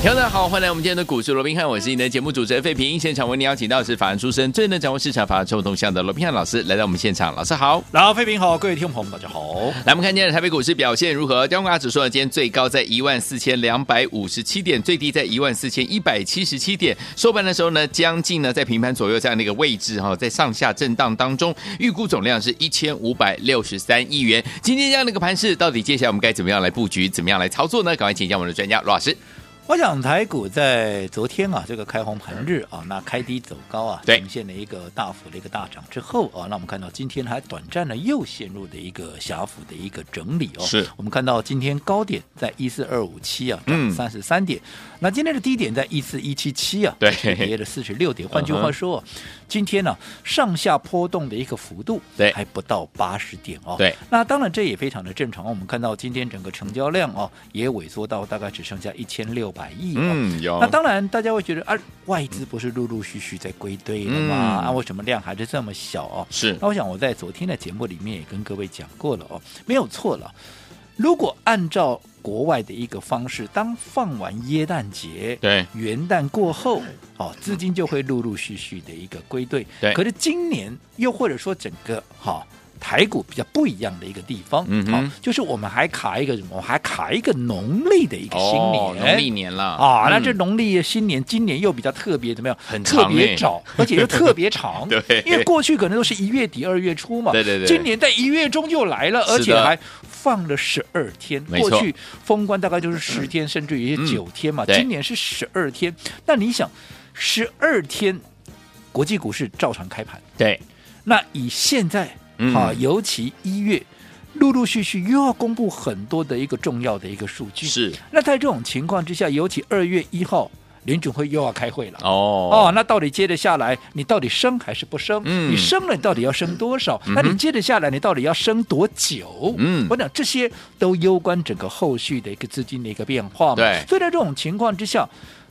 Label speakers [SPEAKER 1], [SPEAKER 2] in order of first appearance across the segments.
[SPEAKER 1] 听众大家好，欢迎来我们今天的股市罗宾汉，我是你的节目主持人费平。现场为您邀请到的是法案出身、最能掌握市场法案臭动向的罗宾汉老师来到我们现场，老师好。
[SPEAKER 2] 然后，费平好，各位听众朋友们，大家好。
[SPEAKER 1] 来，我们看今天的台北股市表现如何？加权指数呢，今天最高在一万四千两百五十七点，最低在一万四千一百七十七点。收盘的时候呢，将近呢在平盘左右这样的一个位置哈、在上下震荡当中，预估总量是一千五百六十三亿元。今天这样的一个盘势，到底接下来我们该怎么样来布局，怎么样来操作呢？赶快请教我们的专家罗老师。
[SPEAKER 2] 我想台股在昨天啊，这个开红盘日啊，那开低走高啊，
[SPEAKER 1] 对
[SPEAKER 2] 呈现了一个大幅的一个大涨之后啊，那我们看到今天还短暂的又陷入的一个狭幅的一个整理哦。
[SPEAKER 1] 是
[SPEAKER 2] 我们看到今天高点在一四二五七啊，涨
[SPEAKER 1] 嗯
[SPEAKER 2] 三十三点、那今天的低点在一四一七七啊，
[SPEAKER 1] 对
[SPEAKER 2] 是跌了四十六点。换句
[SPEAKER 1] 嗯
[SPEAKER 2] 话
[SPEAKER 1] 哼
[SPEAKER 2] 说，今天呢、上下波动的一个幅度
[SPEAKER 1] 对
[SPEAKER 2] 还不到八十点哦。
[SPEAKER 1] 对，
[SPEAKER 2] 那当然这也非常的正常。我们看到今天整个成交量哦也萎缩到大概只剩下一千六百亿、哦。
[SPEAKER 1] 嗯，有
[SPEAKER 2] 那当然，大家会觉得啊，外资不是陆陆续续在归队了嘛？
[SPEAKER 1] 嗯
[SPEAKER 2] 啊，为什么量还是这么小哦？
[SPEAKER 1] 是
[SPEAKER 2] 那我想我在昨天的节目里面也跟各位讲过了哦，没有错了。如果按照国外的一个方式，当放完耶诞节，
[SPEAKER 1] 对
[SPEAKER 2] 元旦过后，哦，资金就会陆陆续续的一个归队。
[SPEAKER 1] 对
[SPEAKER 2] 可是今年又或者说整个哈、哦台股比较不一样的一个地方，
[SPEAKER 1] 嗯哼
[SPEAKER 2] 好就是我们还卡一个什么？我还卡一个农历的一个新年，
[SPEAKER 1] 哦，农历年了
[SPEAKER 2] 啊，那
[SPEAKER 1] 嗯
[SPEAKER 2] 这农历新年今年又比较特别，怎么样？
[SPEAKER 1] 很
[SPEAKER 2] 特
[SPEAKER 1] 长欸。
[SPEAKER 2] 别早，而且又特别长
[SPEAKER 1] 对
[SPEAKER 2] 因为过去可能都是一月底二月初嘛，
[SPEAKER 1] 对对对
[SPEAKER 2] 今年在一月中就来了，
[SPEAKER 1] 是的
[SPEAKER 2] 而且还放了十二天。
[SPEAKER 1] 没错嗯
[SPEAKER 2] 过去封关大概就是十天，甚至于九天嘛，
[SPEAKER 1] 对
[SPEAKER 2] 今年是十二天。那你想，十二天国际股市照常开盘，
[SPEAKER 1] 对
[SPEAKER 2] 那以现在
[SPEAKER 1] 嗯
[SPEAKER 2] 啊，尤其一月。陆陆续续又要公布很多的一个重要的一个数据，
[SPEAKER 1] 是
[SPEAKER 2] 那在这种情况之下，尤其二月一号，联准会又要开会了。
[SPEAKER 1] 哦
[SPEAKER 2] 那到底接着下来，你到底升还是不升？
[SPEAKER 1] 嗯
[SPEAKER 2] 你升了，你到底要升多少？
[SPEAKER 1] 嗯哼
[SPEAKER 2] 那你接着下来，你到底要升多久？
[SPEAKER 1] 嗯
[SPEAKER 2] 我讲这些都攸关整个后续的一个资金的一个变化嘛。
[SPEAKER 1] 对
[SPEAKER 2] 所以在这种情况之下，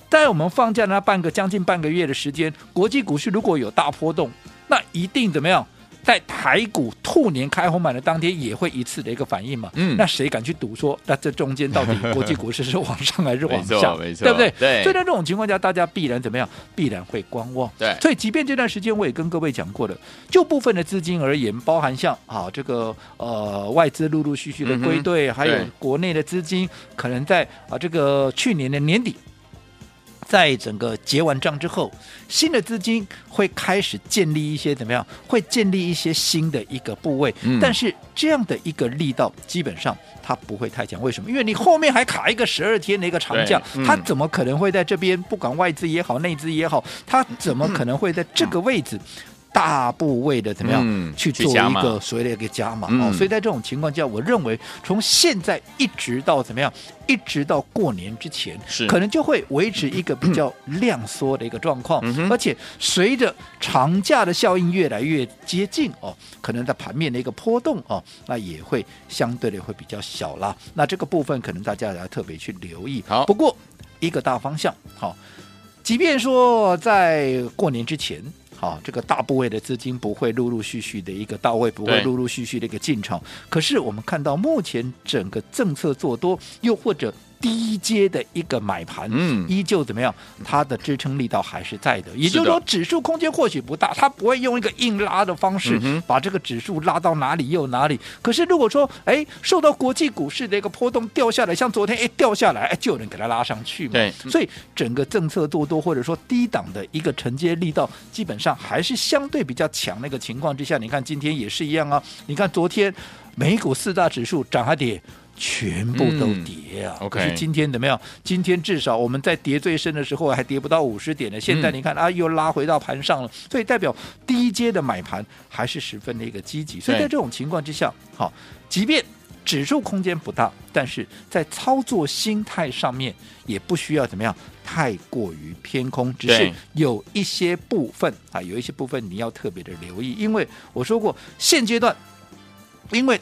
[SPEAKER 2] 在我们放假那半个将近半个月的时间，国际股市如果有大波动，那一定怎么样？在台股兔年开红盘的当天，也会一次的一个反应嘛。
[SPEAKER 1] 嗯
[SPEAKER 2] 那谁敢去赌说，那这中间到底国际股市是往上还是往
[SPEAKER 1] 没
[SPEAKER 2] 下
[SPEAKER 1] 错？没错
[SPEAKER 2] 对不对？
[SPEAKER 1] 对
[SPEAKER 2] 所以在这种情况下，大家必然怎么样？必然会观望。
[SPEAKER 1] 对
[SPEAKER 2] 所以即便这段时间我也跟各位讲过了，就部分的资金而言，包含像啊这个呃外资陆陆续续的归队，还有
[SPEAKER 1] 嗯对
[SPEAKER 2] 国内的资金可能在啊这个去年的年底。在整个结完账之后，新的资金会开始建立一些怎么样？会建立一些新的一个部位，
[SPEAKER 1] 嗯
[SPEAKER 2] 但是这样的一个力道基本上它不会太强。为什么？因为你后面还卡一个十二天的一个长假，
[SPEAKER 1] 对嗯
[SPEAKER 2] 它怎么可能会在这边？不管外资也好，内资也好，它怎么可能会在这个位置？大部位的怎么样、
[SPEAKER 1] 嗯
[SPEAKER 2] 去
[SPEAKER 1] 去
[SPEAKER 2] 做
[SPEAKER 1] 加
[SPEAKER 2] 一
[SPEAKER 1] 码
[SPEAKER 2] 个所谓的一个加码、
[SPEAKER 1] 嗯
[SPEAKER 2] 哦，所以在这种情况下，我认为从现在一直到怎么样，一直到过年之前，
[SPEAKER 1] 是
[SPEAKER 2] 可能就会维持一个比较量缩的一个状况，
[SPEAKER 1] 嗯哼
[SPEAKER 2] 而且随着长假的效应越来越接近哦，可能在盘面的一个波动哦，那也会相对的会比较小啦。那这个部分可能大家也要特别去留意。
[SPEAKER 1] 好
[SPEAKER 2] 不过一个大方向好。即便说在过年之前，好、这个大部位的资金不会陆陆续续的一个到位，不会
[SPEAKER 1] 对
[SPEAKER 2] 陆陆续续的一个进场。可是我们看到目前整个政策做多，又或者低阶的一个买盘，
[SPEAKER 1] 嗯
[SPEAKER 2] 依旧怎么样？它的支撑力道还是在的。也
[SPEAKER 1] 是的
[SPEAKER 2] 就是说，指数空间或许不大，它不会用一个硬拉的方式
[SPEAKER 1] 嗯哼
[SPEAKER 2] 把这个指数拉到哪里又哪里。可是如果说，哎，受到国际股市的一个波动掉下来，像昨天哎掉下来，哎就有人给它拉上去嘛。
[SPEAKER 1] 对
[SPEAKER 2] 所以整个政策做多或者说低档的一个承接力道，基本上还是相对比较强的一个情况之下，你看今天也是一样啊。你看昨天美股四大指数涨还跌，全部都
[SPEAKER 1] 嗯
[SPEAKER 2] 跌啊。
[SPEAKER 1] OK
[SPEAKER 2] 可是今天怎么样？今天至少我们在跌最深的时候还跌不到五十点呢，现在
[SPEAKER 1] 嗯
[SPEAKER 2] 你看、啊又拉回到盘上了，所以代表低阶的买盘还是十分的一个积极。所以在
[SPEAKER 1] 对
[SPEAKER 2] 这种情况之下，好，即便指数空间不大，但是在操作心态上面也不需要怎么样太过于偏空，只是
[SPEAKER 1] 对
[SPEAKER 2] 有一些部分啊，有一些部分你要特别的留意，因为我说过现阶段，因为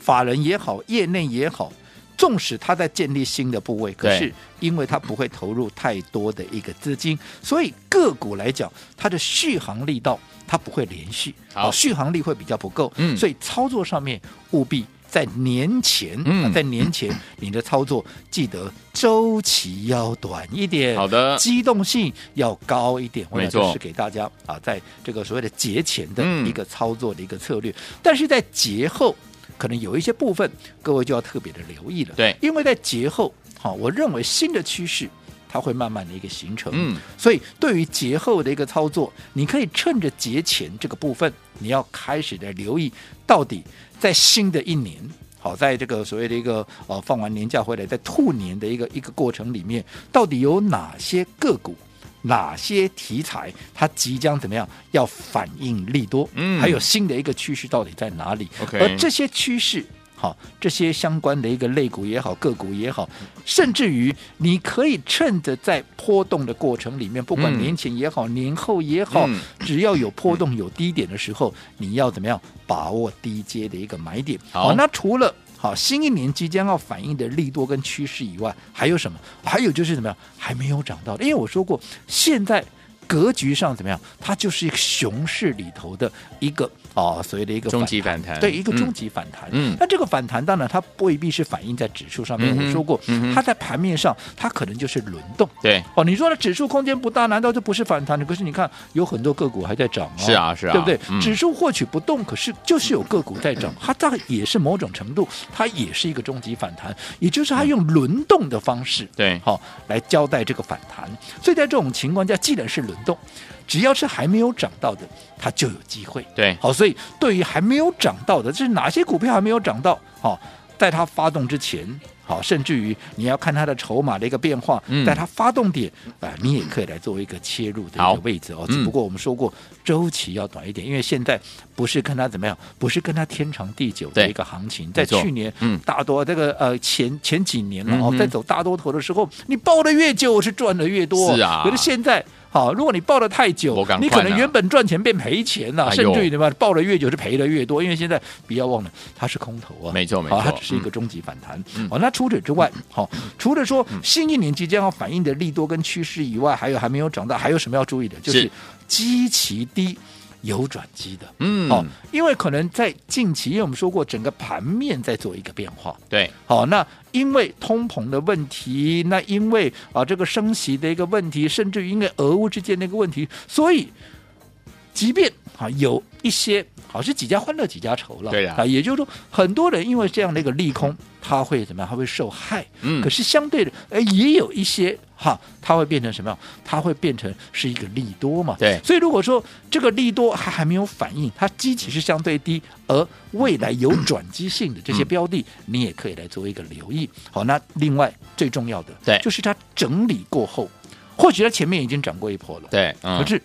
[SPEAKER 2] 法人也好，业内也好。纵使他在建立新的部位，可
[SPEAKER 1] 对
[SPEAKER 2] 是因为他不会投入太多的一个资金，所以个股来讲，它的续航力道它不会连续，
[SPEAKER 1] 好
[SPEAKER 2] 哦续航力会比较不够，
[SPEAKER 1] 嗯
[SPEAKER 2] 所以操作上面务必在年前，
[SPEAKER 1] 嗯
[SPEAKER 2] 啊在年前你的操作记得周期要短一点，
[SPEAKER 1] 好的
[SPEAKER 2] 机动性要高一点，我
[SPEAKER 1] 没
[SPEAKER 2] 想
[SPEAKER 1] 错
[SPEAKER 2] 这是给大家啊，在这个所谓的节前的
[SPEAKER 1] 嗯
[SPEAKER 2] 一个操作的一个策略，但是在节后。可能有一些部分，各位就要特别的留意了。
[SPEAKER 1] 对
[SPEAKER 2] 因为在节后，好、我认为新的趋势它会慢慢的一个形成。
[SPEAKER 1] 嗯，
[SPEAKER 2] 所以对于节后的一个操作，你可以趁着节前这个部分，你要开始的留意到底在新的一年。好，在这个所谓的一个呃放完年假回来，在兔年的一个一个过程里面，到底有哪些个股、哪些题材，它即将怎么样要反应利多？
[SPEAKER 1] 嗯
[SPEAKER 2] 还有新的一个趋势到底在哪里
[SPEAKER 1] OK
[SPEAKER 2] 而呃这些趋势。好，这些相关的一个类股也好，个股也好，甚至于你可以趁着在波动的过程里面，不管
[SPEAKER 1] 嗯
[SPEAKER 2] 年前也好，年后也好，
[SPEAKER 1] 嗯
[SPEAKER 2] 只要有波动、有低点的时候，你要怎么样把握低阶的一个买点？
[SPEAKER 1] 好
[SPEAKER 2] 那除了好新一年即将要反映的利多跟趋势以外，还有什么？还有就是怎么样还没有涨到的？因为我说过，现在。格局上怎么样？它就是一个熊市里头的一个啊、所谓的一个
[SPEAKER 1] 终极反弹
[SPEAKER 2] 对，一个
[SPEAKER 1] 嗯
[SPEAKER 2] 终极反弹。
[SPEAKER 1] 嗯
[SPEAKER 2] 那这个反弹当然它未必是反映在指数上面。
[SPEAKER 1] 嗯哼
[SPEAKER 2] 我说过，
[SPEAKER 1] 嗯哼
[SPEAKER 2] 它在盘面上它可能就是轮动。
[SPEAKER 1] 对，
[SPEAKER 2] 哦，你说的指数空间不大，难道就不是反弹的？可是你看，有很多个股还在涨哦。
[SPEAKER 1] 是啊是啊
[SPEAKER 2] 对不对？
[SPEAKER 1] 嗯
[SPEAKER 2] 指数或许不动，可是就是有个股在涨，它大概也是某种程度，它也是一个终极反弹，也就是
[SPEAKER 1] 嗯
[SPEAKER 2] 它用轮动的方式，
[SPEAKER 1] 对
[SPEAKER 2] 好、来交代这个反弹。所以在这种情况下，既然是轮动，只要是还没有涨到的，它就有机会。
[SPEAKER 1] 对，
[SPEAKER 2] 好，所以对于还没有涨到的，这是哪些股票还没有涨到？好、在它发动之前，好、甚至于你要看它的筹码的一个变化，
[SPEAKER 1] 嗯
[SPEAKER 2] 在它发动点啊、你也可以来作为一个切入的
[SPEAKER 1] 好
[SPEAKER 2] 一个位置哦。
[SPEAKER 1] 嗯
[SPEAKER 2] 只不过我们说过，周期要短一点，因为现在不是跟它怎么样，不是跟它天长地久的
[SPEAKER 1] 对
[SPEAKER 2] 一个行情。在
[SPEAKER 1] 错
[SPEAKER 2] 去年，
[SPEAKER 1] 嗯
[SPEAKER 2] 大多这个呃前前几年了哦
[SPEAKER 1] 嗯，哼
[SPEAKER 2] 在走大多头的时候，你抱的越久是赚的越多，
[SPEAKER 1] 是啊
[SPEAKER 2] 可是现在。好，如果你抱的太久
[SPEAKER 1] 没赶，
[SPEAKER 2] 你
[SPEAKER 1] 快啊
[SPEAKER 2] 可能
[SPEAKER 1] 呢
[SPEAKER 2] 原本赚钱变赔钱了、
[SPEAKER 1] 哎呦
[SPEAKER 2] 甚至于对吧？抱的越久是赔的越多，因为现在不要忘了它是空头啊，
[SPEAKER 1] 没错没嗯
[SPEAKER 2] 好它
[SPEAKER 1] 错
[SPEAKER 2] 只是一个终极反弹。好，那除此之外，好、除了说
[SPEAKER 1] 嗯
[SPEAKER 2] 新一年即将要反映的利多跟趋势以外，还有还没有涨到，还有什么要注意的？就是是基期低。有转机的，
[SPEAKER 1] 嗯
[SPEAKER 2] 哦，因为可能在近期，因为我们说过，整个盘面在做一个变化，
[SPEAKER 1] 对，
[SPEAKER 2] 好，那因为通膨的问题，那因为啊这个升息的一个问题，甚至于因为俄乌之间的一个问题，所以即便啊有一些好是几家欢乐几家愁了，啊
[SPEAKER 1] 对呀
[SPEAKER 2] 也就是说很多人因为这样的一个利空，他会怎么样？他会受害。
[SPEAKER 1] 嗯
[SPEAKER 2] 可是相对的，哎，也有一些哈，它会变成什么样？它会变成是一个利多嘛？
[SPEAKER 1] 对
[SPEAKER 2] 所以如果说这个利多还还没有反应，它基期是相对低，而未来有转机性的这
[SPEAKER 1] 嗯
[SPEAKER 2] 些标的，你也可以来做一个留意。好，那另外最重要的，
[SPEAKER 1] 对
[SPEAKER 2] 就是它整理过后，或许它前面已经涨过一波了，
[SPEAKER 1] 对，嗯
[SPEAKER 2] 可，是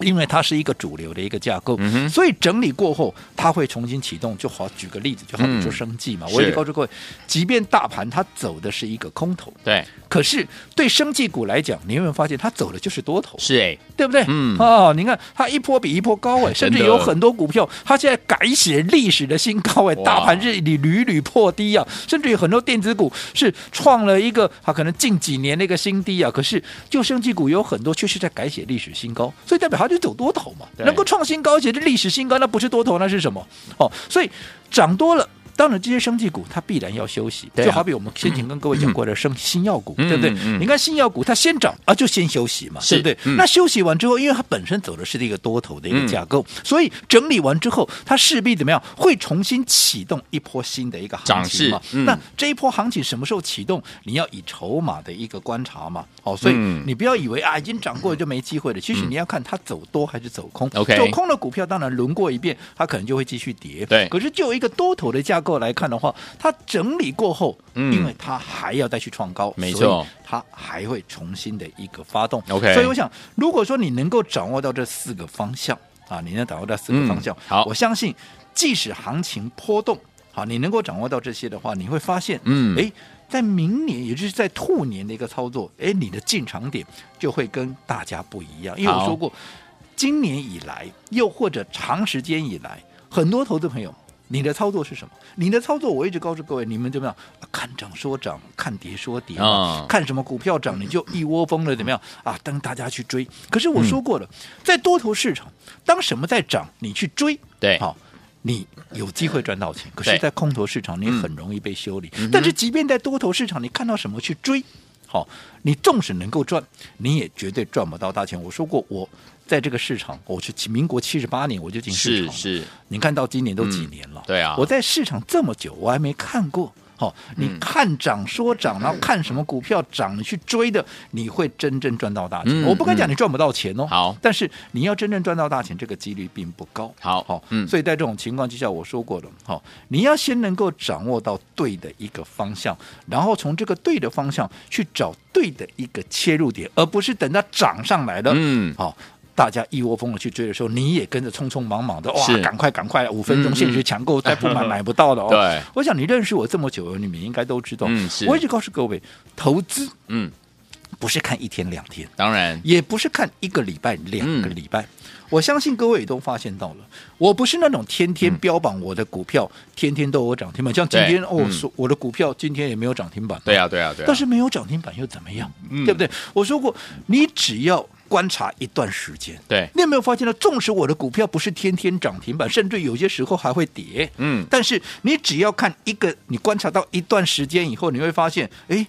[SPEAKER 2] 因为它是一个主流的一个架构，
[SPEAKER 1] 嗯哼
[SPEAKER 2] 所以整理过后，它会重新启动。就好，举个例子，就好比说
[SPEAKER 1] 嗯
[SPEAKER 2] 生计嘛，
[SPEAKER 1] 是
[SPEAKER 2] 我也告诉各位，即便大盘它走的是一个空头，
[SPEAKER 1] 对，
[SPEAKER 2] 可是对生计股来讲，你有没有发现它走的就是多头？
[SPEAKER 1] 是哎，
[SPEAKER 2] 对不对？
[SPEAKER 1] 嗯
[SPEAKER 2] 哦，你看它一波比一波 高哎，甚至有很多股票，它现在改写历史的新高哎，
[SPEAKER 1] 哇
[SPEAKER 2] 大盘是屡屡屡破低啊，甚至有很多电子股是创了一个啊，可能近几年的一个新低啊。可是就生技股有很多却是在改写历史新高，所以代表它就走多头嘛，
[SPEAKER 1] 对
[SPEAKER 2] 能够创新高，而且是历史新高，那不是多头，那是什么？哦，所以涨多了。当然，这些生技股它必然要休息，
[SPEAKER 1] 对啊
[SPEAKER 2] 就好比我们先前跟各位讲过的生新药股，
[SPEAKER 1] 嗯
[SPEAKER 2] 对不对？
[SPEAKER 1] 嗯嗯
[SPEAKER 2] 你看新药股它先涨啊，就先休息嘛，
[SPEAKER 1] 是
[SPEAKER 2] 对不对？
[SPEAKER 1] 嗯
[SPEAKER 2] 那休息完之后，因为它本身走的是一个多头的一个架构，
[SPEAKER 1] 嗯
[SPEAKER 2] 所以整理完之后，它势必怎么样？会重新启动一波新的一个行情嘛
[SPEAKER 1] 涨势？嗯
[SPEAKER 2] 那这一波行情什么时候启动？你要以筹码的一个观察嘛。哦，所以
[SPEAKER 1] 嗯
[SPEAKER 2] 你不要以为啊已经涨过了就没机会了，其实你要看它走多还是走空。
[SPEAKER 1] OK
[SPEAKER 2] 走空的股票当然轮过一遍，它可能就会继续跌。
[SPEAKER 1] 对
[SPEAKER 2] 可是就一个多头的架构来看的话，它整理过后，
[SPEAKER 1] 嗯
[SPEAKER 2] 因为它还要再去创高，
[SPEAKER 1] 没错
[SPEAKER 2] 所以它还会重新的一个发动。
[SPEAKER 1] OK
[SPEAKER 2] 所以我想，如果说你能够掌握到这四个方向啊，你能掌握到四个方向，
[SPEAKER 1] 嗯好
[SPEAKER 2] 我相信即使行情波动。好，你能够掌握到这些的话，你会发现，
[SPEAKER 1] 嗯
[SPEAKER 2] 哎，在明年，也就是在兔年的一个操作，哎，你的进场点就会跟大家不一样，因为我
[SPEAKER 1] 好
[SPEAKER 2] 说过，今年以来，又或者长时间以来，很多投资朋友。你的操作是什么？你的操作，我一直告诉各位，你们怎么样？啊看涨说涨，看跌说跌嘛
[SPEAKER 1] 啊
[SPEAKER 2] 看什么股票涨你就一窝蜂的怎么样啊？当大家去追，可是我
[SPEAKER 1] 嗯
[SPEAKER 2] 说过了，在多头市场，当什么在涨，你去追，
[SPEAKER 1] 对
[SPEAKER 2] 好。你有机会赚到钱，可
[SPEAKER 1] 对嗯
[SPEAKER 2] 是，在空头市场你很容易被修理。但是，即便在多头市场，你看到什么去追，好、你纵使能够赚，你也绝对赚不到大钱。我说过，我在这个市场，我是民国七十八年我就进市场
[SPEAKER 1] 是
[SPEAKER 2] 了，
[SPEAKER 1] 是，
[SPEAKER 2] 你看到今年都几年了？
[SPEAKER 1] 对啊嗯
[SPEAKER 2] 我在市场这么久，我还没看过。好、你看涨说涨，然后看什么股票涨，你去追的，你会真正赚到大钱。
[SPEAKER 1] 嗯
[SPEAKER 2] 我不敢讲
[SPEAKER 1] 嗯
[SPEAKER 2] 你赚不到钱哦，
[SPEAKER 1] 好
[SPEAKER 2] 但是你要真正赚到大钱，这个几率并不高。
[SPEAKER 1] 好
[SPEAKER 2] 好、
[SPEAKER 1] 嗯
[SPEAKER 2] 所以在这种情况之下，我说过了，好、你要先能够掌握到对的一个方向，然后从这个对的方向去找对的一个切入点，而不是等它涨上来了，
[SPEAKER 1] 嗯
[SPEAKER 2] 好、大家一窝蜂的去追的时候，你也跟着匆匆忙忙的，哇
[SPEAKER 1] 是，
[SPEAKER 2] 赶快赶快，五
[SPEAKER 1] 嗯
[SPEAKER 2] 分钟限时抢购，再 不买买不到的哦。
[SPEAKER 1] 对，
[SPEAKER 2] 我想你认识我这么久，你们应该都知道，
[SPEAKER 1] 嗯是
[SPEAKER 2] 我一直告诉各位，投资
[SPEAKER 1] 嗯，
[SPEAKER 2] 不是看一天两天，
[SPEAKER 1] 当然，
[SPEAKER 2] 也不是看一个礼拜、
[SPEAKER 1] 嗯
[SPEAKER 2] 两个礼拜。我相信各位也都发现到了，我不是那种天天标榜我的股票、天天都有涨停板，像今天
[SPEAKER 1] 嗯对
[SPEAKER 2] 哦
[SPEAKER 1] 嗯，
[SPEAKER 2] 说我的股票今天也没有涨停板，
[SPEAKER 1] 对啊，对啊，对啊，嗯
[SPEAKER 2] 但是没有涨停板又怎么样？对不对？我说过，你只要观察一段时间，
[SPEAKER 1] 对
[SPEAKER 2] 你有没有发现呢？纵使我的股票不是天天涨停板，甚至有些时候还会跌，
[SPEAKER 1] 嗯
[SPEAKER 2] 但是你只要看一个，你观察到一段时间以后，你会发现，哎，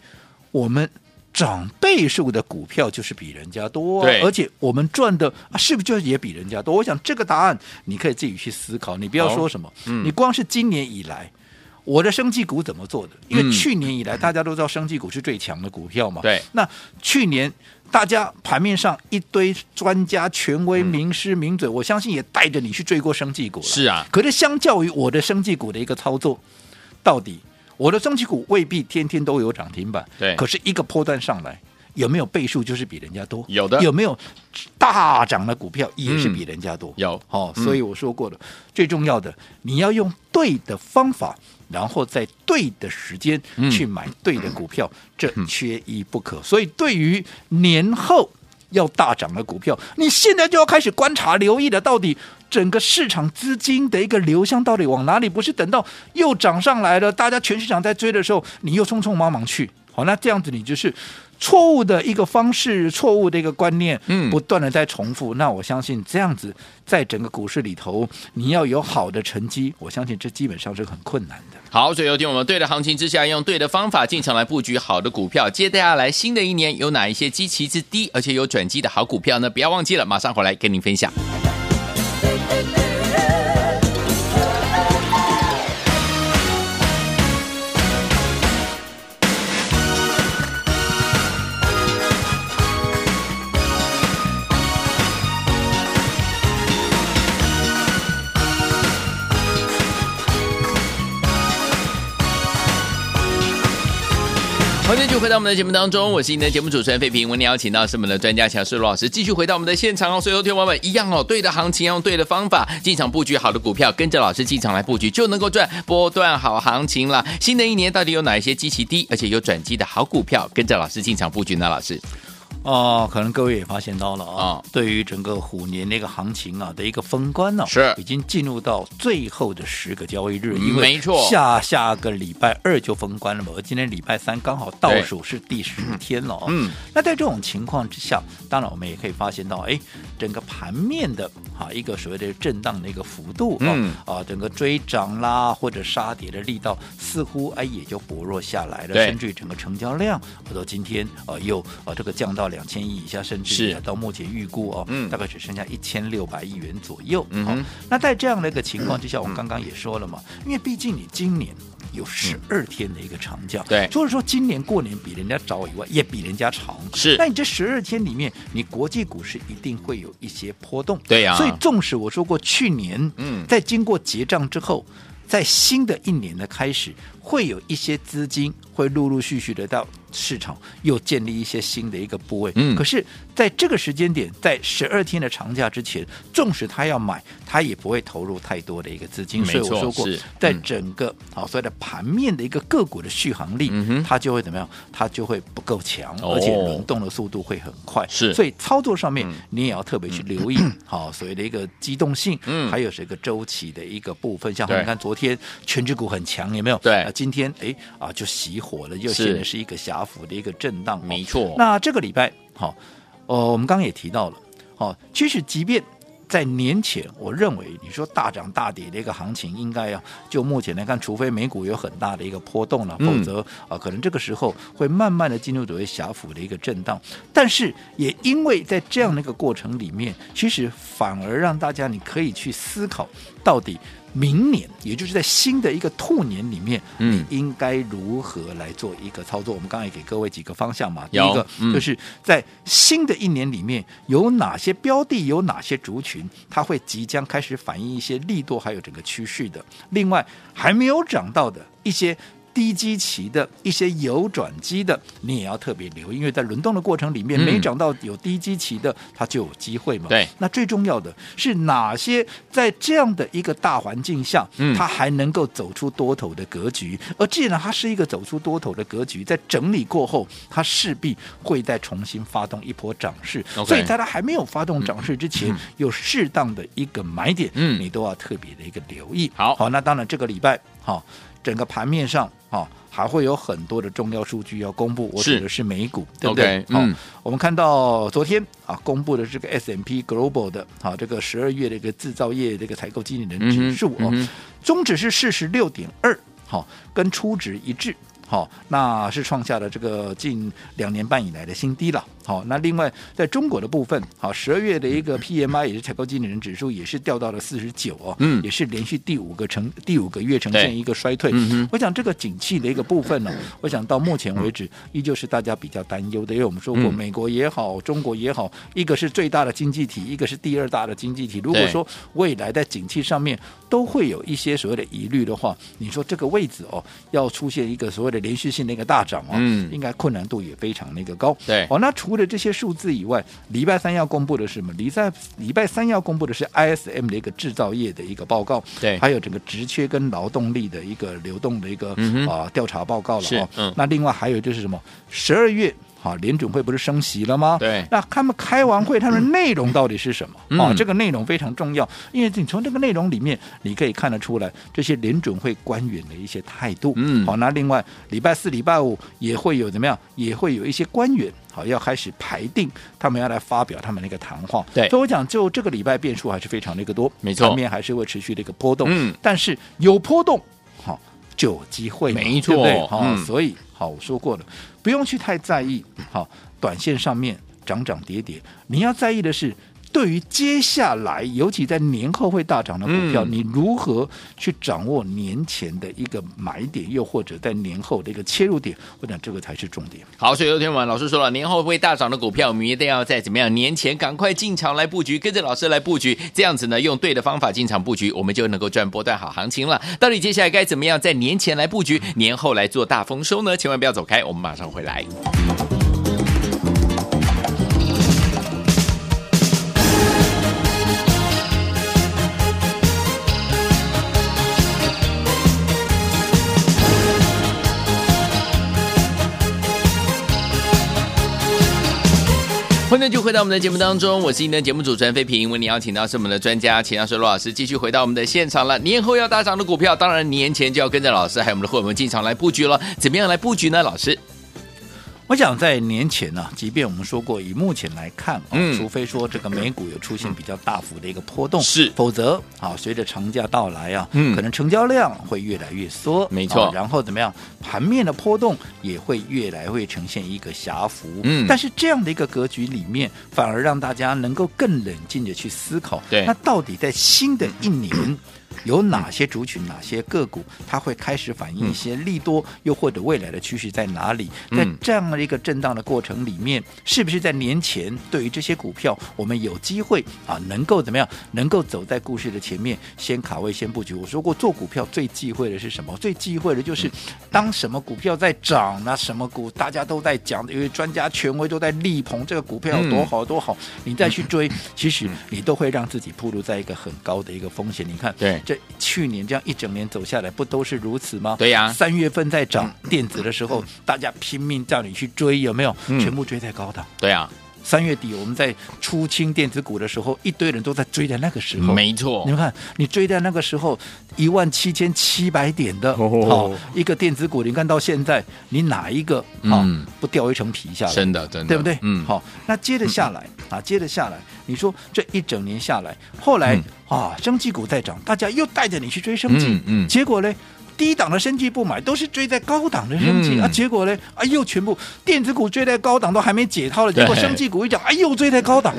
[SPEAKER 2] 我们。涨倍数的股票就是比人家多、啊
[SPEAKER 1] 对，
[SPEAKER 2] 而且我们赚的、啊、是不是就也比人家多？我想这个答案你可以自己去思考，你不要
[SPEAKER 1] 好嗯
[SPEAKER 2] 说什么，你光是今年以来我的生技股怎么做的？因为
[SPEAKER 1] 嗯
[SPEAKER 2] 去年以来，大家都知道生技股是最强的股票嘛。
[SPEAKER 1] 对
[SPEAKER 2] 那去年大家盘面上一堆专家、权威、名师、名嘴，我相信也带着你去追过生技股了。
[SPEAKER 1] 是啊
[SPEAKER 2] 可是相较于我的生技股的一个操作，到底我的生技股未必天天都有涨停板，
[SPEAKER 1] 对
[SPEAKER 2] 可是一个波段上来。有没有倍数就是比人家多？
[SPEAKER 1] 有的
[SPEAKER 2] 有没有大涨的股票也是比人家多？
[SPEAKER 1] 有
[SPEAKER 2] 哦，
[SPEAKER 1] 嗯
[SPEAKER 2] 所以我说过了，最重要的你要用对的方法，然后在对的时间
[SPEAKER 1] 嗯
[SPEAKER 2] 去买对的股票，这缺一不可。所以对于年后。要大涨的股票，你现在就要开始观察、留意了。到底整个市场资金的一个流向到底往哪里？不是等到又涨上来了，大家全市场在追的时候，你又匆匆忙忙去。好，那这样子你就是错误的一个方式、错误的一个观念，
[SPEAKER 1] 嗯
[SPEAKER 2] 不断的在重复。那我相信这样子，在整个股市里头，你要有好的成绩，我相信这基本上是很困难的。
[SPEAKER 1] 好，所以有听我们对的行情之下，用对的方法进场来布局好的股票。接下来新的一年有哪一些基期之低，而且有转机的好股票呢？不要忘记了，马上回来跟您分享。欢迎继续回到我们的节目当中，我是您的节目主持人费平。为您邀请到是我们的专家强势罗老师，继续回到我们的现场哦。所以，听众朋友们一样哦，对的行情要用对的方法进场布局好的股票，跟着老师进场来布局就能够赚波段好行情了。新的一年到底有哪一些基期低而且有转机的好股票，跟着老师进场布局呢？老师，
[SPEAKER 2] 哦，可能各位也发现到了啊，
[SPEAKER 1] 啊
[SPEAKER 2] 对于整个虎年那个行情啊的一个封关呢、
[SPEAKER 1] 是
[SPEAKER 2] 已经进入到最后的十个交易日，
[SPEAKER 1] 嗯
[SPEAKER 2] 因为
[SPEAKER 1] 没错
[SPEAKER 2] 下下个礼拜二就封关了嘛，而今天礼拜三刚好倒数是第十天了、哦。
[SPEAKER 1] 嗯，
[SPEAKER 2] 那在这种情况之下，当然我们也可以发现到，哎，整个盘面的啊一个所谓的震荡的一个幅度啊、
[SPEAKER 1] 嗯
[SPEAKER 2] 啊，整个追涨啦或者杀跌的力道似乎哎也就薄弱下来了，
[SPEAKER 1] 对
[SPEAKER 2] 甚至于整个成交量，我到今天呃又呃这个降到两千亿以下，甚至
[SPEAKER 1] 是
[SPEAKER 2] 于到目前预估哦，
[SPEAKER 1] 嗯
[SPEAKER 2] 大概只剩下一千六百亿元左右。
[SPEAKER 1] 嗯哼嗯
[SPEAKER 2] 好那在这样的一个情况之下，我刚刚也说了嘛，因为毕竟你今年。有十二天的一个长假，
[SPEAKER 1] 对
[SPEAKER 2] 除了说今年过年比人家早以外，也比人家长。
[SPEAKER 1] 是
[SPEAKER 2] 那你这十二天里面，你国际股市一定会有一些波动。
[SPEAKER 1] 对呀
[SPEAKER 2] 所以纵使我说过去年，
[SPEAKER 1] 嗯
[SPEAKER 2] 在经过结账之后，在新的一年的开始，会有一些资金会陆陆续续的到市场又建立一些新的一个部位。
[SPEAKER 1] 嗯
[SPEAKER 2] 可是在这个时间点，在十二天的长假之前，纵使他要买，他也不会投入太多的一个资金。
[SPEAKER 1] 没
[SPEAKER 2] 所以我
[SPEAKER 1] 错
[SPEAKER 2] 说过
[SPEAKER 1] 是，
[SPEAKER 2] 在
[SPEAKER 1] 嗯
[SPEAKER 2] 整个好所谓的盘面的一个个股的续航力，
[SPEAKER 1] 嗯哼
[SPEAKER 2] 它就会怎么样？它就会不够强，
[SPEAKER 1] 哦
[SPEAKER 2] 而且轮动的速度会很快。
[SPEAKER 1] 是嗯
[SPEAKER 2] 所以操作上面你也要特别去 留意，好所谓的一个机动性，
[SPEAKER 1] 嗯
[SPEAKER 2] 还有这个周期的一个部分。像
[SPEAKER 1] 对
[SPEAKER 2] 你看昨天全指股很强，有没有？
[SPEAKER 1] 对
[SPEAKER 2] 啊今天哎啊就熄火了，又
[SPEAKER 1] 是
[SPEAKER 2] 现在是一个狭幅的一个震荡。
[SPEAKER 1] 没错
[SPEAKER 2] 那这个礼拜好，哦，我们刚刚也提到了，好、其实即便。在年前，我认为你说大涨大跌的一个行情，应该啊，就目前来看，除非美股有很大的一个波动了、
[SPEAKER 1] 嗯
[SPEAKER 2] 否则啊、可能这个时候会慢慢的进入所谓狭幅的一个震荡。但是也因为在这样的一个过程里面，其实反而让大家你可以去思考，到底明年，也就是在新的一个兔年里面，
[SPEAKER 1] 嗯
[SPEAKER 2] 你应该如何来做一个操作？我们刚才也给各位几个方向嘛，第
[SPEAKER 1] 有
[SPEAKER 2] 一个
[SPEAKER 1] 嗯
[SPEAKER 2] 就是在新的一年里面，有哪些标的，有哪些族群，它会即将开始反映一些力度，还有整个趋势的。另外，还没有涨到的一些。低基期的一些有转机的，你也要特别留意，因为在轮动的过程里面，
[SPEAKER 1] 嗯
[SPEAKER 2] 没涨到有低基期的，它就有机会嘛。
[SPEAKER 1] 对
[SPEAKER 2] 那最重要的是哪些在这样的一个大环境下，
[SPEAKER 1] 嗯
[SPEAKER 2] 它还能够走出多头的格局？而既然它是一个走出多头的格局，在整理过后，它势必会再重新发动一波涨势。
[SPEAKER 1] OK
[SPEAKER 2] 所以在它还没有发动涨势之前，有适当的一个买点，
[SPEAKER 1] 嗯
[SPEAKER 2] 你都要特别的一个留意。
[SPEAKER 1] 好
[SPEAKER 2] 好，那当然这个礼拜，好、整个盘面上，好、还会有很多的重要数据要公布，我
[SPEAKER 1] 是
[SPEAKER 2] 指的是美股，对不对
[SPEAKER 1] OK，？嗯
[SPEAKER 2] 我们看到昨天啊公布的这个 S M P Global 的啊这个十二月的一个制造业这个采购经理人指数
[SPEAKER 1] 嗯
[SPEAKER 2] 哦
[SPEAKER 1] 哼嗯哼，
[SPEAKER 2] 终值是四十六点二，好，跟初值一致。好、那是创下了这个近两年半以来的新低了。好、那另外在中国的部分，好、十二月的一个 PMI 也是采购经理人指数也是掉到了四十九哦，
[SPEAKER 1] 嗯
[SPEAKER 2] 也是连续第五个呈第五个月呈
[SPEAKER 1] 对
[SPEAKER 2] 现一个衰退。
[SPEAKER 1] 嗯哼
[SPEAKER 2] 我想这个景气的一个部分呢、我想到目前为止依旧是大家比较担忧的，因为我们说过，
[SPEAKER 1] 嗯
[SPEAKER 2] 美国也好，中国也好，一个是最大的经济体，一个是第二大的经济体。如果
[SPEAKER 1] 对
[SPEAKER 2] 说未来在景气上面都会有一些所谓的疑虑的话，你说这个位置哦，要出现一个所谓的连续性的一个大涨哦，
[SPEAKER 1] 嗯
[SPEAKER 2] 应该困难度也非常那个高。
[SPEAKER 1] 对
[SPEAKER 2] 哦，那除了这些数字以外，礼拜三要公布的是什么？礼拜礼拜三要公布的是 ISM 的一个制造业的一个报告，
[SPEAKER 1] 对
[SPEAKER 2] 还有整个职缺跟劳动力的一个流动的一个啊、
[SPEAKER 1] 嗯哼
[SPEAKER 2] 调查报告了
[SPEAKER 1] 是
[SPEAKER 2] 哦。
[SPEAKER 1] 嗯
[SPEAKER 2] 那另外还有就是什么？十二月。好，联准会不是升息了吗？
[SPEAKER 1] 对
[SPEAKER 2] 那他们开完会，他们内容到底是什么？
[SPEAKER 1] 嗯
[SPEAKER 2] 啊，这个内容非常重要，因为你从这个内容里面，你可以看得出来这些联准会官员的一些态度。
[SPEAKER 1] 嗯
[SPEAKER 2] 好，那另外礼拜四、礼拜五也会有怎么样？也会有一些官员好要开始排定，他们要来发表他们那个谈话。
[SPEAKER 1] 对
[SPEAKER 2] 所以我讲就这个礼拜变数还是非常的一个多，
[SPEAKER 1] 没错
[SPEAKER 2] 盘面还是会持续的一个波动。
[SPEAKER 1] 嗯，
[SPEAKER 2] 但是有波动，好、就有机会嘛，
[SPEAKER 1] 没错
[SPEAKER 2] 对不对好、
[SPEAKER 1] 嗯
[SPEAKER 2] 所以好，我说过了，不用去太在意，好，短线上面涨涨跌跌，你要在意的是。对于接下来，尤其在年后会大涨的股票，
[SPEAKER 1] 嗯
[SPEAKER 2] 你如何去掌握年前的一个买点，又或者在年后的一个切入点？我讲这个才是重点。
[SPEAKER 1] 好，所以昨天晚老师说了，年后会大涨的股票，我们一定要在怎么样年前赶快进场来布局，跟着老师来布局，这样子呢，用对的方法进场布局，我们就能够赚波段好行情了。到底接下来该怎么样在年前来布局，年后来做大丰收呢？千万不要走开，我们马上回来。欢迎就回到我们的节目当中，我是今天的节目主持人费平。为你邀请到是我们的专家钱教授罗老师，继续回到我们的现场了。年后要大涨的股票，当然年前就要跟着老师还有我们的会员们进场来布局了。怎么样来布局呢？老师，
[SPEAKER 2] 我想在年前呢、即便我们说过，以目前来看、啊，
[SPEAKER 1] 嗯
[SPEAKER 2] 除非说这个美股有出现比较大幅的一个波动，
[SPEAKER 1] 是
[SPEAKER 2] 否则啊，随着长假到来啊，
[SPEAKER 1] 嗯
[SPEAKER 2] 可能成交量会越来越缩，
[SPEAKER 1] 没错
[SPEAKER 2] 啊然后怎么样，盘面的波动也会越来会呈现一个狭幅，
[SPEAKER 1] 嗯
[SPEAKER 2] 但是这样的一个格局里面，反而让大家能够更冷静的去思考，
[SPEAKER 1] 对
[SPEAKER 2] 那到底在新的一年。有哪些族群、哪些个股，它会开始反映一些利多，又或者未来的趋势在哪里？在
[SPEAKER 1] 嗯
[SPEAKER 2] 这样的一个震荡的过程里面，是不是在年前对于这些股票，我们有机会啊，能够怎么样？能够走在故事的前面，先卡位，先布局。我说过，做股票最忌讳的是什么？最忌讳的
[SPEAKER 1] 嗯
[SPEAKER 2] 就是当什么股票在涨那什么股大家都在讲，因为专家权威都在力捧这个股票
[SPEAKER 1] 嗯
[SPEAKER 2] 有多好多好，你再去追，其实你都会让自己暴露在一个很高的一个风险。你看，
[SPEAKER 1] 对
[SPEAKER 2] 这去年这样一整年走下来，不都是如此吗？
[SPEAKER 1] 对呀
[SPEAKER 2] 三月份在涨电子的时候，大家拼命叫你去追，有没有？
[SPEAKER 1] 嗯
[SPEAKER 2] 全部追在高档。
[SPEAKER 1] 对啊，
[SPEAKER 2] 三月底我们在出清电子股的时候，一堆人都在追在那个时候，
[SPEAKER 1] 没错
[SPEAKER 2] 你，们看，你追在那个时候一万七千七百点的，
[SPEAKER 1] 哦
[SPEAKER 2] 好、一个电子股，你看到现在，你哪一个好、
[SPEAKER 1] 嗯
[SPEAKER 2] 不掉一层皮下来？
[SPEAKER 1] 真的真的，
[SPEAKER 2] 对不对？
[SPEAKER 1] 嗯，
[SPEAKER 2] 好，那接着下来啊，接着下来，你说这一整年下来，后来
[SPEAKER 1] 嗯
[SPEAKER 2] 啊，生技股在涨，大家又带着你去追生技
[SPEAKER 1] 嗯，嗯
[SPEAKER 2] 结果呢？低档的生技不买，都是追在高档的生技、
[SPEAKER 1] 嗯
[SPEAKER 2] 啊。结果呢，啊又全部电子股追在高档都还没解套了，结果
[SPEAKER 1] 对
[SPEAKER 2] 生技股一涨，哎又追在高档。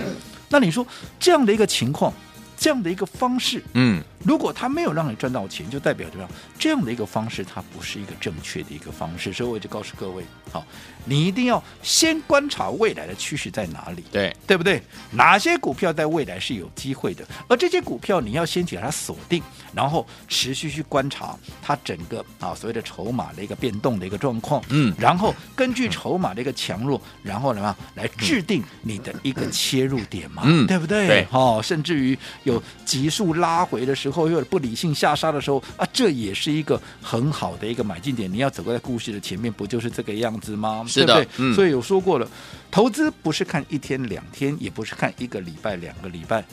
[SPEAKER 2] 那你说这样的一个情况，这样的一个方式，
[SPEAKER 1] 嗯，
[SPEAKER 2] 如果他没有让你赚到钱，就代表着这样的一个方式，它不是一个正确的一个方式。所以我就告诉各位，好，你一定要先观察未来的趋势在哪里，
[SPEAKER 1] 对，
[SPEAKER 2] 对不对？哪些股票在未来是有机会的，而这些股票你要先给它锁定，然后持续去观察它整个啊所谓的筹码的一个变动的一个状况，
[SPEAKER 1] 嗯
[SPEAKER 2] 然后根据筹码的一个强弱，然后呢嘛来制定你的一个切入点嘛，
[SPEAKER 1] 嗯
[SPEAKER 2] 对不对？
[SPEAKER 1] 对
[SPEAKER 2] 哦，甚至于有急速拉回的时候，或者不理性下杀的时候啊，这也是一个很好的一个买进点。你要走在故事的前面，不就是这个样子吗？
[SPEAKER 1] 是的
[SPEAKER 2] 对不对？
[SPEAKER 1] 嗯
[SPEAKER 2] 所以有说过了，投资不是看一天两天，也不是看一个礼拜两个礼拜。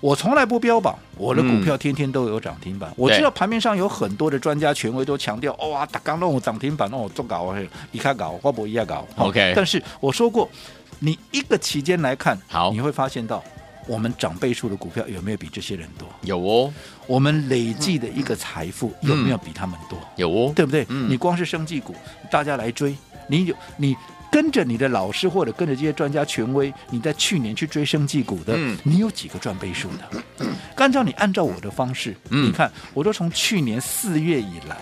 [SPEAKER 2] 我从来不标榜我的股
[SPEAKER 1] 嗯
[SPEAKER 2] 票天天都有涨停板。我知道盘面上有很多的专家权威都强调，哇、哦，打刚弄涨停板，哦，做搞，你看搞，花博一下搞。哦
[SPEAKER 1] OK
[SPEAKER 2] 但是我说过，你一个期间来看，
[SPEAKER 1] 好
[SPEAKER 2] 你会发现到我们涨倍数的股票有没有比这些人多？
[SPEAKER 1] 有哦，
[SPEAKER 2] 我们累计的一个财富
[SPEAKER 1] 嗯
[SPEAKER 2] 有没有比他们多？
[SPEAKER 1] 有哦，
[SPEAKER 2] 对不对？
[SPEAKER 1] 嗯
[SPEAKER 2] 你光是生技股，大家来追，你有你跟着你的老师或者跟着这些专家权威，你在去年去追生技股的，
[SPEAKER 1] 嗯
[SPEAKER 2] 你有几个赚倍数 的？按照你按照我的方式，
[SPEAKER 1] 嗯
[SPEAKER 2] 你看，我都从去年四月以来。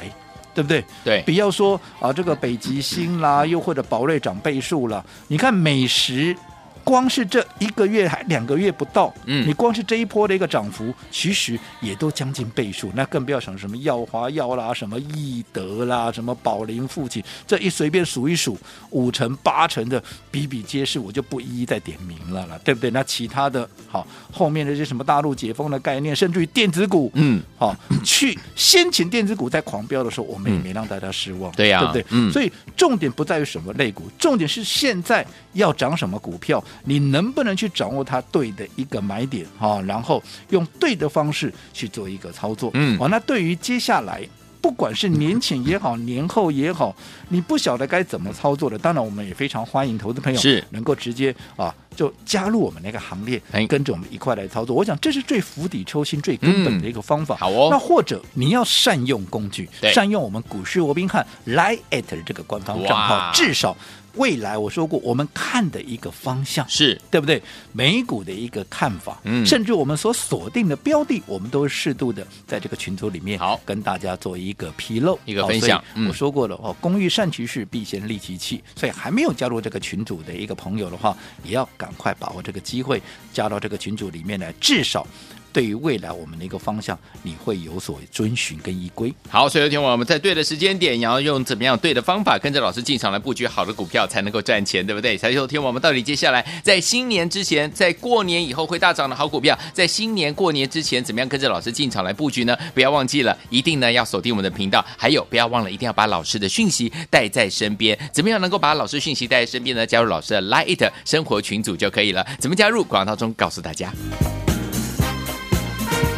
[SPEAKER 2] 对不对？
[SPEAKER 1] 对嗯
[SPEAKER 2] 不要说啊，这个北极星啦，又或者宝瑞涨倍数了。你看美食，光是这一个月还两个月不到，
[SPEAKER 1] 嗯
[SPEAKER 2] 你光是这一波的一个涨幅，其实也都将近倍数。那更不要想什么耀华耀啦，什么易德啦，什么宝林父亲，这一随便数一数，五成八成的比比皆是，我就不一一再点名了啦，对不对？那其他的，好，后面的这些什么大陆解封的概念，甚至于电子股，
[SPEAKER 1] 嗯，
[SPEAKER 2] 好、去先前电子股在狂飙的时候，我们也没让大家失望，
[SPEAKER 1] 对呀
[SPEAKER 2] 对不对？
[SPEAKER 1] 嗯
[SPEAKER 2] 所以重点不在于什么类股，重点是现在要涨什么股票，你能不能去掌握它对的一个买点哈、然后用对的方式去做一个操作，哦
[SPEAKER 1] 嗯
[SPEAKER 2] 好、那对于接下来。不管是年前 也好，年后也好，你不晓得该怎么操作的，当然我们也非常欢迎投资朋友
[SPEAKER 1] 是
[SPEAKER 2] 能够直接啊就加入我们那个行列
[SPEAKER 1] 哎，
[SPEAKER 2] 跟着我们一块来操作。我想这是最釜底抽薪、最根本的一个方法。
[SPEAKER 1] 好哦
[SPEAKER 2] 那或者你要善用工具
[SPEAKER 1] 对，
[SPEAKER 2] 善用我们股市罗宾汉 Line at 这个官方账
[SPEAKER 1] 哇
[SPEAKER 2] 号，至少未来我说过，我们看的一个方向。
[SPEAKER 1] 是，
[SPEAKER 2] 对不对？美股的一个看法，
[SPEAKER 1] 嗯
[SPEAKER 2] 甚至我们所锁定的标的，我们都是适度的在这个群组里面
[SPEAKER 1] 好
[SPEAKER 2] 跟大家做一个披露，
[SPEAKER 1] 一个
[SPEAKER 2] 好
[SPEAKER 1] 分享
[SPEAKER 2] 所以
[SPEAKER 1] 嗯
[SPEAKER 2] 我说过了哦，工欲善其事，必先利其器。所以还没有加入这个群组的一个朋友的话，也要赶快把握这个机会，加到这个群组里面来，至少。对于未来我们的一个方向，你会有所遵循跟依规。
[SPEAKER 1] 好，所以有天我们在对的时间点，然后用怎么样对的方法，跟着老师进场来布局好的股票，才能够赚钱，对不对？才有天我们到底接下来在新年之前，在过年以后会大涨的好股票，在新年过年之前，怎么样跟着老师进场来布局呢？不要忘记了，一定呢要锁定我们的频道，还有不要忘了一定要把老师的讯息带在身边。怎么样能够把老师讯息带在身边呢？加入老师的 Lite 生活群组就可以了。怎么加入？广告当中告诉大家。